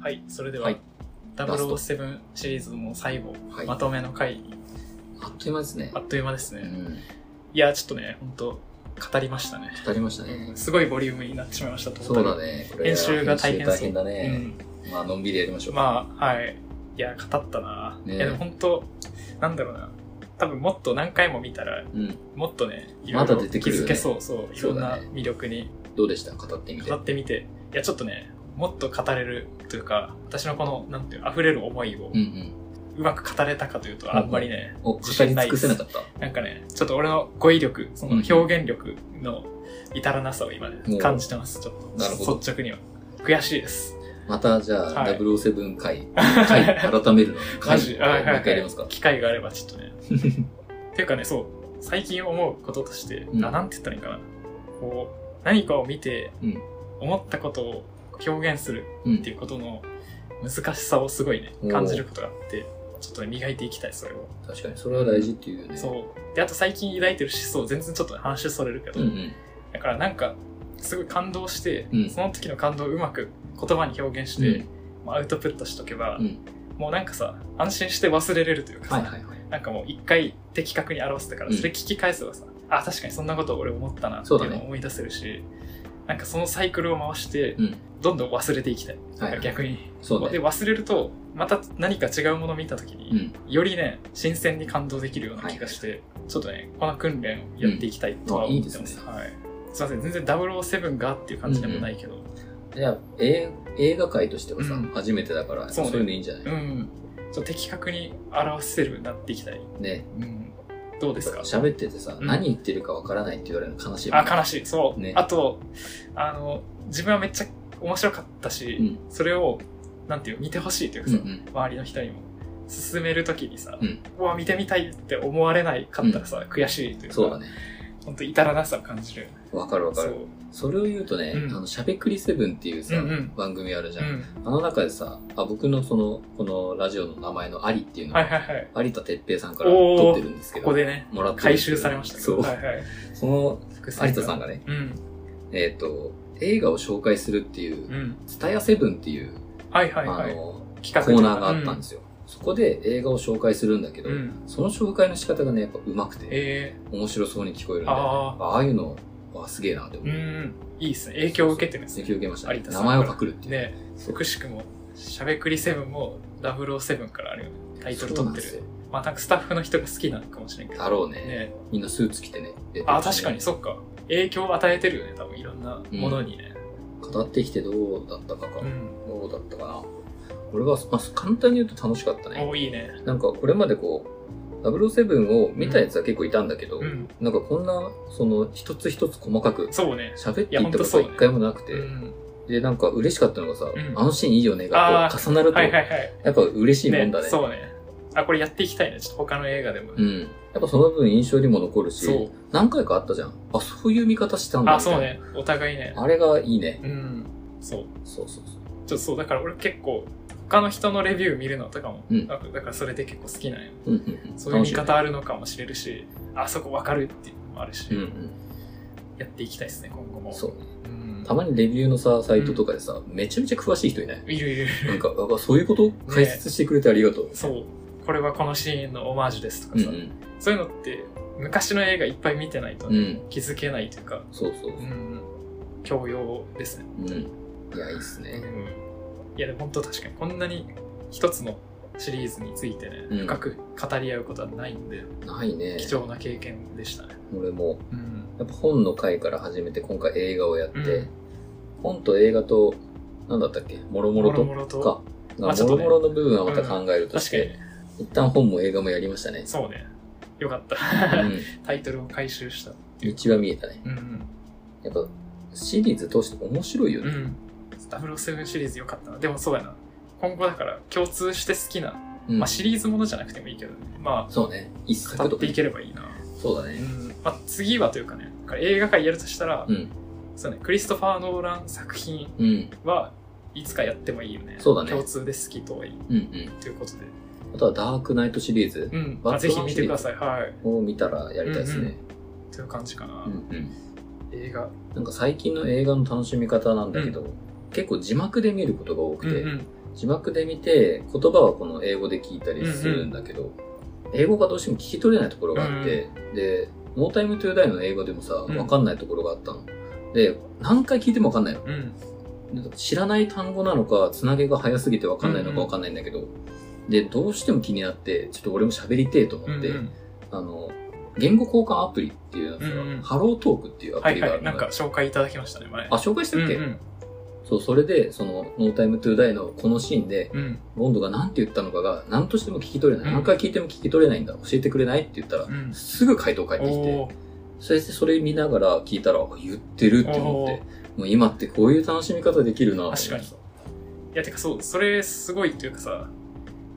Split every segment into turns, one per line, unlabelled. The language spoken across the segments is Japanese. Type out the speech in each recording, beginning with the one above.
はい、それでは、
はい
007シリーズも最後、
はい
まとめの回、
あっという間ですね
あ。っという間ですね。
うん。
いや、ちょっとね、ほんと、語りましたね。
語りましたね。
すごいボリュームになってしまいました、トータ
そ
ル
うだ。ね。これ
編集が大変そう
編集大変だね。まあ、のんびりやりまし
う
ょ
ん。
う。
まあ、はい。いや、語ったな、
ね
いや、でもほんと、なんだろうな。多分もっと何回も見たら、
うん。
もっとね、い
ま
ろい
だ
ろ
出て
気
くるよ
づ
ね
けそう、そう、いろんな
そうだね
魅力に
どうでした語ってみて
語。ってみて、いや、ちょっとね、もっと語れるというか、私のこの、なんていう、溢れる思いを
うんうん。
うまく語れたかというと、あんまりね、
お、語り尽くせなかった。
なんかね、ちょっと俺の語彙力、その
うん
表現力の至らなさを今
お
ね、感じてます、ちょっ
なるほ
と。
ど
率直には。悔しいです。
また、じゃあ、
はい
007回、 回、改めるの。
マ
回、もう
ジ
一
あはいはい
回やりますか。
機会があればちょっとね。っていうかね、そう、最近思うこととして、
うん
あなんて言ったらいいかな。こう、何かを見て
うん、
思ったことを表現する
うん
っていうことの難しさをすごいね
お、ー
感じることがあって、ちょっとね、磨いていきたい、それを。
確かに、それは大事っていうよね。
そう。で、あと最近抱いてる思想、全然ちょっと話それるけど、
うんうん。
だからなんか、すごい感動して、
うん
その時の感動をうまく言葉に表現して、
うん
まあ、アウトプットしとけば、
うん。
もうなんかさ、安心して忘れれるというかさ、
はいはいはい。
なんかもう一回的確に表せたから、
うん
それ聞き返せばさ、あ、確かにそんなこと俺思ったなってい
そ
う
だ
う
ね
のを思い出せるし、なんかそのサイクルを回して、
うん。
どんどん忘れていきたい。
はいはい
逆に。
そう
で、
ね。
忘れると、また何か違うものを見た時に、
うん。
よりね、新鮮に感動できるような気がして、ちょっとね、この訓練をやっていきたいとは思ってます。
う
はい。すいません、全然007がっていう感じでもないけど、
じゃあ、え映画界としてはさ
うん、
初めてだから、
そ
そ
ね
うういうのいいんじゃ
う
ない
ん。ちょっと的確に表せるようになっていきたい。
ね。
うん。どうですか
喋っててさ、
うん
何言ってるかわからないって言われるの悲しいもん
あ、悲しい。そう。
ね
あと、あの、自分はめっちゃ面白かったし、
うん
それを、なんていうの見てほしいというか
うん
さ、
うん。
周りの人にも。進めるときにさ、
うん
わ、見てみたいって思われないかったらさ、悔しいというか、
そうだね。
本当至らなさを感じる。
わかるわか
そ
る。
う。
それを言うとね、
うん
あの、しゃべくりセブンっていうさ、
うんうん
番組あるじゃ。
うんん。
あの中でさ、あ、僕のその、このラジオの名前のアリっていうの
はいはいはい。
有田哲平さんから
おー
撮ってるんですけ
こ
ど、
こでね、
もらってるん
回
です
収
けど
されましたけ
そ
ど。
う
は。い はい。
その、
伏線
有田さんがね、
うん。
えっ、と、映画を紹介するっていうう、
ん。
スタヤセブンっていう、
はいはいは
あ
い。
の、
企画と
コ
いうか
ーナーがあったんですよ。そこで映画を紹介するんだけど、
うん。
その紹介の仕方がね、やっぱ上手くて、
え
面白そうに聞こえるん
ー、
で、あ
ああ、
あいうのはすげえなって思
う
う。
ん。いいですね。影響を受けてるんです
影
ね。
響受けましたね
有。田さん
名
から
前を隠るっていう。
ね
そう
くしくも、しゃべくり7も007からあるよね。タイトル
そう
取
なん
って
ですよ
る。まあなんかスタッフの人が好きなのかもしれんけど。
だろうね
ね
みんなスーツ着てね。出てる
あ、
しね
確かに、。そっか。影響を与えてるよね、多分いろんなものにね。
語ってきてどうだったかか。
うん。
どうだったかな。俺は、まあ、簡単に言うと楽しかったね。
お、いいね。
なんかこれまでこう、007を見たやつは結構いたんだけど、
うん。
なんかこんな、その、一つ一つ細かく
そうね。
喋って
いや
い
ほ
っ
ん
た
と
こと
そう
は
ね
一回もなくて、
うん。
で、なんか嬉しかったのがさ、
うん
あのシーンいいよねがこう重なると、
はいは
や
いはい。
っぱ嬉しいもんだね。
そうね。あ、これやっていきたいね。ちょっと他の映画でもね。
うん。やっぱその分印象にも残る
そう
し、。何回かあったじゃん。あ、そういう見方したんだ
あ、
みたい
そ
な
う。ね。お互いね。
あれがいいね。
うん。そう。
そうそうそう。
ちょっとそう、だから俺結構、他の人のレビュー見るのとかも、
うん
だからだからそれで結構好きなんよ。
うんうんうん。
そういう見
楽し
方あるのかもしれるし、あそこわかるっていうのもあるし、
みだね。うん
やっていきたいですね、今後
う
も。
ん。そう。
うん。
たまにレビューのさ、サイトとかでさ、めちゃめちゃ詳しい人いない
いるいるいる。
なんか、あそういうこと解説してくれてありがとう。
そう。これはこのシーンのオマージュですとかさ、
うん
そういうのって、昔の映画いっぱい見てないと
うん。う
ね、
ん。
気づけないというか、
そうそう
う。ん。教養ですね。
うん。いや、いいっすね。
いやでも本当確かにこんなに一つのシリーズについてね、
うん
深く語り合うことはないんで
ないね。
貴重な経験でしたね、
俺も、
うん、
やっぱ本の回から始めて、今回映画をやって、
うん
本と映画と、なんだったっけもろもろと
もろもろと
か。
まあ
まあ
ちょっ
も
と
ろ
ね
もろの部分はまた考えるとし
確かに
て、
ね
一旦本も映画もやりましたね。
そうねよかった、
う
タイトルを回収した
ん。道は見えたね。
うん
やっぱ、シリーズ通して面白いよ
う
ね。
ん007シリーズよかったなでもそうやな今後だから共通して好きな、
うん
まあ、シリーズものじゃなくてもいいけど、ま
そうね。一
あ
作
語
と
っ
か
て
ね
い。ければいいな、
そうだ
う
ね。
んまあ、次はというかねだから映画界やるとしたら、
うん。
そうね、クリストファー・ノーラン作品
うん。
はいつかやってもいいよね。
そうだね
共通で好きとはいい
うんうん。
ということで。
あとはダークナイトシリーズ
うん。ま
バットマ
あ、
ン
ぜひ見てください。はい。
を見たらやりたいですね。
という感じかな。
うんうん。
映画。
なんか最近の映画の楽しみ方なんだけど、結構字幕で見ることが多
う
く
んう
て、
ん。
字幕で見て、言葉はこの英語で聞いたりするんだけど、英語がどうしても聞き取れないところがあって、で、ノータイムトゥーダイの英語でもさ、
うん
わかんないところがあったの。で、何回聞いてもわかんないの。
うん。
なんか知らない単語なのか、つなげが早すぎてわかんないの
うん
か
うん
わかんないんだけど、で、どうしても気になって、ちょっと俺も喋りてえと
う
思っ
ん
て、
うん。
あの、言語交換アプリっていうやつが、
うんうん
ハロートークっていうア
は
プリ
い
があ
は
る
い。
の
な
よ
んか紹介いただきましたね、前。
あ、紹介したっけ、
うん
そう、それで、その、ノータイムトゥーダイのこのシーンで、
うん。うん。
ボンドが何て言ったのかが、何としても聞き取れな
う
い。
ん
何回聞いても聞き取れないんだ。教えてくれないって言ったら
う、ん。
すぐ回答返ってきて、
おー
そしてそれ見ながら聞いたら、あ言ってるって思って、もう今ってこういう楽しみ方できるなと思って
確かにいや、てかそう、それすごいというかさ、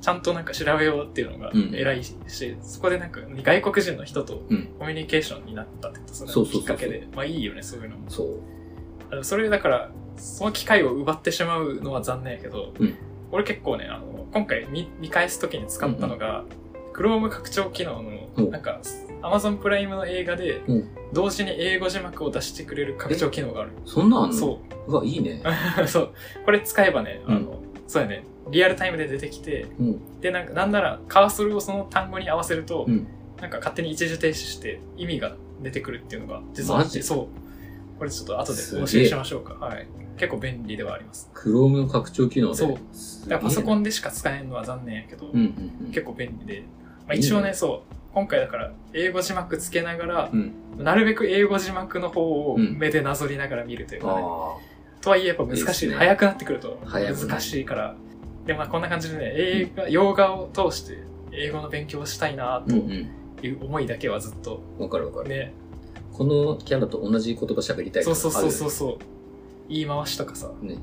ちゃんとなんか調べようっていうのが
うん
偉いし、そこでなんか外国人の人と
うん
コミュニケーションになったってことそ
そう
の
そうそ
き
う
っかけで。まあいいよね、そういうのも。
そう。
あのそれだから、その機会を奪ってしまうのは残念やけど、
うん
俺結構ね、あの、今回見見返すときに使ったのが、Chrome 拡張機能
う
の、
ん
なんか、Amazon プライムの映画で
うん、
同時に英語字幕を出してくれる拡張機能がある。
そんなんあんの
そう
わ、い いね。
う。そう。これ使えばね、あの、
う
そうやね、リアルタイムで出てきて、
うん。
で、なんか、なんなら、カーソルをその単語に合わせると、
うん
なんか勝手に一時停止して意味が出てくるっていうのが、実はあっ
マジ
て、そう。これちょっと後ですお
げえ
教えしましょうか。はい。結構便利ではあります。
Chrome の拡張機能で。
そう
す
だ
げえ
か
な
らパソコンでしか使えんのは残念やけど、
うんうんうん。
結構便利で。まあ、一応
いい
ね、
ね
そう。今回だから、英語字幕つけながら、
うん
なるべく英語字幕の方を
うん
目でなぞりながら見るというかね。
ああ。
とはいえやっぱ難しい。
いいですね
早くなってくると
早くね
難しいから。で、まあこんな感じでね、映画、洋画を通して英語の勉強をしたいな
うんう
と
ん。
いう思いだけはずっと
わかるわかる。
ね、
このキャラと同じ言葉喋りたい。
そうそうそうそううそう。言い回しとかさ、
ね。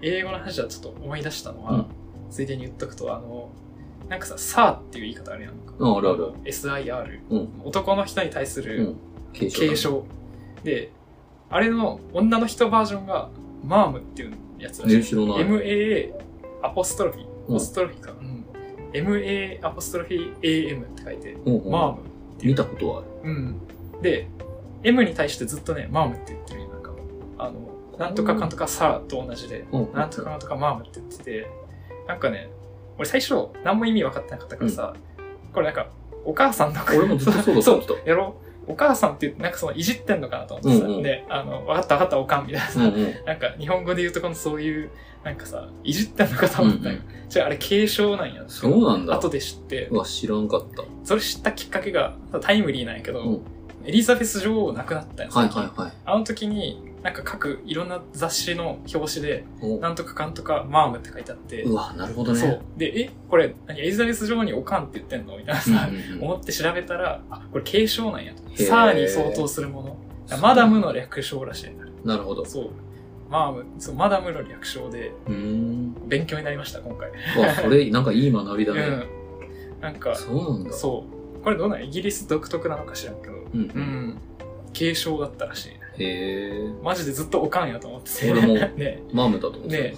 英語の話はちょっと思い出したの
う
は
ん、
ついでに言っとくと、あの、なんかさ、さーっていう言い方あるやんか。
うんあるある。
SIR。
うん。
男の人に対す
う
る
ん。継承。
継。承。で、あれの女の人バージョンが、マームっていうやつらしい
ね、知らない。
MAA アポストロフィー、
うん
アポストロフィーか、MA アポストロフィー AM って書いて、
うんうん
マーム。
見たことはあ
う
る。
ん。で、M に対してずっとね、マームって言ってるよなんか、あの、なんとかかんとかサラと同じで、
うん
なんとかかんとかマームって言ってて、なんかね、俺最初何も意味分かってなかったからさ、これなんか、お母さんの声
俺もずっとそうだと
そ
思
う
ってた。
やろうお母さんって言って、なんかそのいじってんのかなと思ってさ、
うんうん
で、あの、わかったわかったおかんみたいなさ、
うんうん。
なんか日本語で言うとこのそういう、なんかさ、いじったのかと思ったよ。じゃああれ継承なんやって。
そうなんだ
後で知って
う、わ、知らんかった。は
それ知ったきっかけがタイムリーなんやけど、
うん
エリザベス女王亡くなったんや
いはいはい。
あの時に、なんか各いろんな雑誌の表紙で、
お
なんとかかんとかマームって書いてあって、
うわ、なるほどね。
そう。で、え、これ、何エリザベス女王におかんって言ってんのみたいな
うん
さ、
うんうん。
思って調べたら、あ、これ継承なんやと
へ。ー
サーに相当するもの。
そう
マダムの略称らしいんだ。
なるほど。う
そう。マーム、そう、マダムの略称で、
ーん。
勉強になりました、今回。
うわ、それ、なんかいい学びだ
う
ね。
ん。なんか、
そうなんだ。
そう。これどうなんイギリス独特なのか知らんけど。
う。
うんん。継承だったらしいね。
へえ。
マジでずっとおかんやと思ってて。
俺も
ね
マームだと思って
ね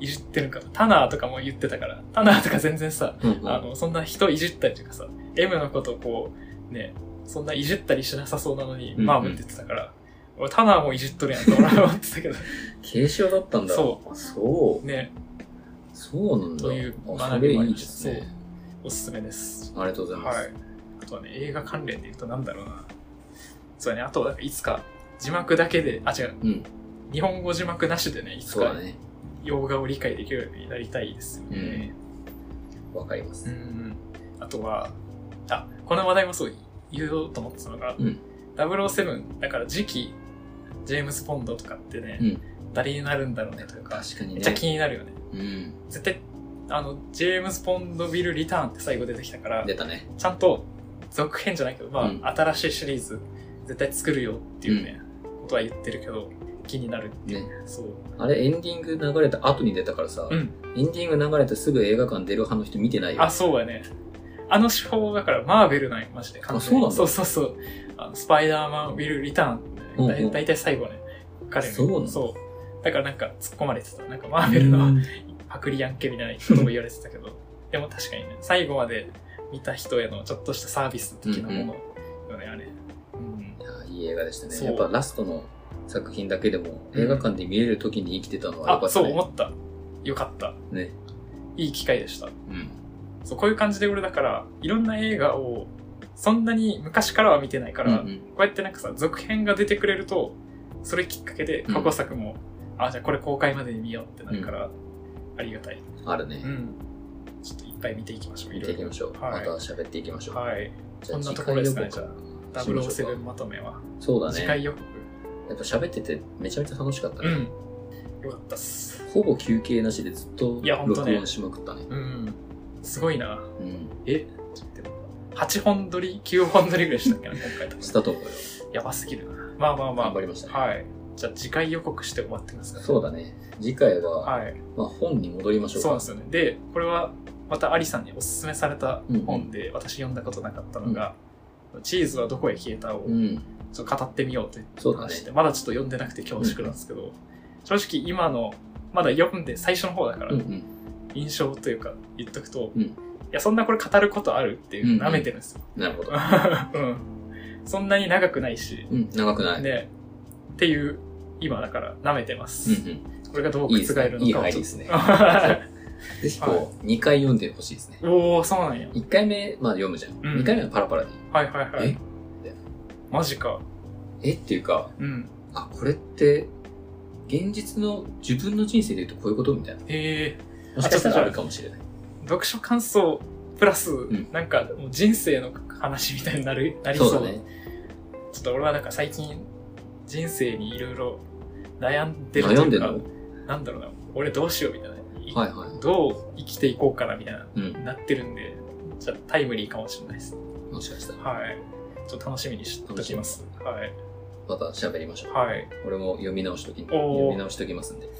いじってるから。タナーとかも言ってたから。タナーとか全然さ、
た。うんうん
あの、そんな人いじったりとかさ、M のことをこう、ね、そんないじったりしなさそうなのに、
うんうん
マームって言ってたから。俺、タナーもいじっとるやんと俺は思ってたけど。
継承だったんだ。。
そう
そう。
ね、
そうなんだ。
という
あ
学びもあ
それい
り
い
ま
ですすね。
おすすめです。
ありがとうございま
は
す。
い。あとはね、映画関連で言うとなんだろうな。そうだね、あと、いつか字幕だけで、あ、違う、
うん
日本語字幕なしでね、いつ
そうだ
か
ね。
洋画を理解できるようになりたいですよね。
わかります
うん。。あとは、あ、この話題もそう言おうと思ってたのが、
うん
007、だから次期、ジェームズ・ボンドとかってね、
うん
誰になるんだろうねというか、
確かに
め
ね。
っちゃ気になるよね。
うん。
絶対、あの、ジェームズ・ボンド・ビル・リターンって最後出てきたから、
出たね。
ちゃんと続編じゃないけど、まあ、
うん
新しいシリーズ絶対作るよっていうね、ことは言ってるけど、気になるっていう、ね、そう。
あれ、エンディング流れた後に出たからさ、
うん。
エンディング流れてすぐ映画館出る派の人見てないよ。
あ、そうやね。あの手法だから、マーベルなんよマジで。完全に
あそうなんだ
そうそうそうあのスパイダーマン、ウィル・リターン、ね
うんうん
だいだいたい最後ね、彼の
そうなんだ
そう。だからなんか突っ込まれてた。なんかマーベルのパクリやんけみたいなことも言われてたけど、でも確かにね、最後まで見た人へのちょっとしたサービス的なものよね、あれ。うん。
いやいい映画でした
そう
ね。やっぱラストの作品だけでも、映画館で見れる時に生きてたのは良か
あ、
った
そう
ね。
思った。良かった。
ね。
いい機会でした。
うん。
そう、こういう感じで俺だから、いろんな映画を、そんなに昔からは見てないから、
うんうん
こうやってなんかさ、続編が出てくれると、それきっかけで過去作も、あ、じゃあこれ公開までに見ようってなるから、ありがたい。
あるね
う。ん。ちょっといっぱい見ていきましょう、い
見
ろ
てい
い
き
ろ
ま。しょう。
はい
また喋っていきましょう。
はい。
じゃあ
こんなところですかね
次回予告しましょ
007
うか
まとめは。
そうだ
次
ね。
回予告。
やっぱ喋っててめちゃめちゃ楽しかった
う
ね。
ん。よかったっす。
ほぼ休憩なしでずっと
いやほん
録
とね
音しまくったね。
うん。すごいな。
うん。
え8本撮り ?9 本撮りぐらいしたっけな、今回多分
したと思うよ。
やばすぎるな。まあまあま
頑
あ
張。りましたね。
はい。じゃあ次回予告して終わってください。
そうだね。次回は、
はい。
まあ本に戻りましょう
そうなん
か。
ですよね。で、これはまたアリさんにおすすめされた本で、私読んだことなかったのが、チーズはどこへ消えたを
うん。
ちょっと語ってみようという
そうだね
話して、まだちょっと読んでなくて恐縮なんですけど、正直今の、まだ読んで最初の方だから
うんう、ん。
印象というか言っとくと、
うん
いや、そんなこれ語ることあるっていうの舐めてるんですよ。
なるほど。
うん。そんなに長くないし、
うん。長くない。
ね、っていう、今だから舐めてま
う
す。
ん
これがどう
うん。い
覆
いですね
る。
いい
のかを
入り
ちょっ
ですね
と。。は
ぜひこう、2回読んでほしいですね
い。 おー、そうなんや。
1回目、まあ読むじゃん。
うん
2回目はパラパラでいい。
はいはいはい。マジか。
ええっていうか、
うん。
あ、これって、現実の自分の人生で言うとこういうことみたいな。
えー、
もしかしたらあるかもしれない。
読書感想、プラス、
ん
なんか、もう人生の話みたいになる、なりそ
そううだね。
ちょっと俺はなんか最近、人生にいろいろ悩んでるというか
悩んでんの
なんだろうな、俺どうしようみたいな。い
はいは
どう生きていこうかなみたいな、
い。うん。
なってるんで、じゃあタイムリーかもしれないです。
もしかしたら、
はい。ちょっと楽しみにしておきます。はい。
また喋りましょう。
はい。
俺も読み直しとき、
ー
読み直しておきますんで。
よ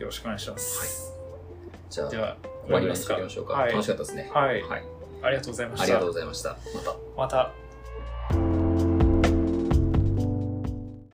ろしくお願いします。
じゃあ
で、は、
終わりにしておきましょうか。
はい
楽しかったですね。
はい。
はい。
ありがとうございま
あ
し
りが
た
とう。ございました。また。
また。